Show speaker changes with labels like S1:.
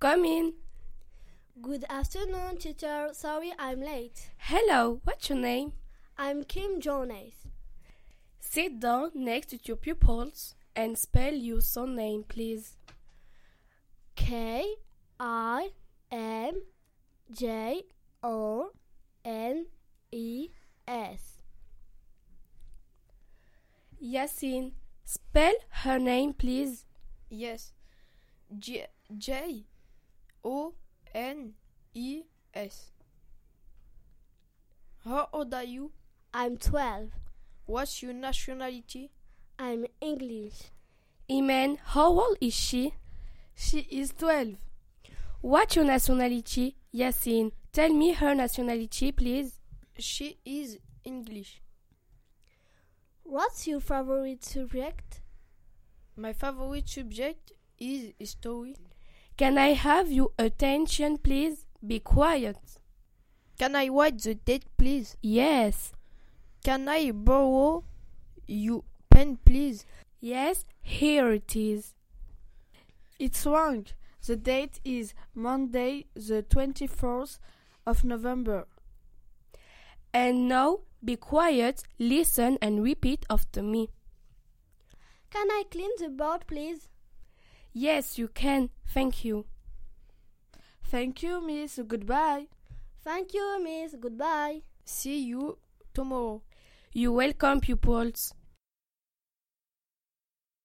S1: Come in.
S2: Good afternoon, teacher. Sorry I'm late.
S1: Hello, what's your name?
S2: I'm Kim Jones.
S1: Sit down next to your pupils and spell your surname, please.
S2: K I M J O N E S.
S1: Yasin, spell her name, please.
S3: Yes. J J O N E S. How old are you?
S2: I'm 12.
S3: What's your nationality?
S2: I'm English.
S1: Iman, how old is she?
S4: She is 12.
S1: What's your nationality, Yasin? Tell me her nationality, please.
S3: She is English.
S2: What's your favorite subject?
S3: My favorite subject is history.
S1: Can I have your attention, please? Be quiet.
S3: Can I write the date, please?
S1: Yes.
S3: Can I borrow your pen, please?
S1: Yes, here it is.
S4: It's wrong. The date is Monday, the 24th of November.
S1: And now, be quiet, listen, and repeat after me.
S2: Can I clean the board, please?
S1: Yes, you can. Thank you.
S4: Thank you, miss. Goodbye.
S2: Thank you, miss. Goodbye.
S3: See you tomorrow.
S1: You welcome pupils.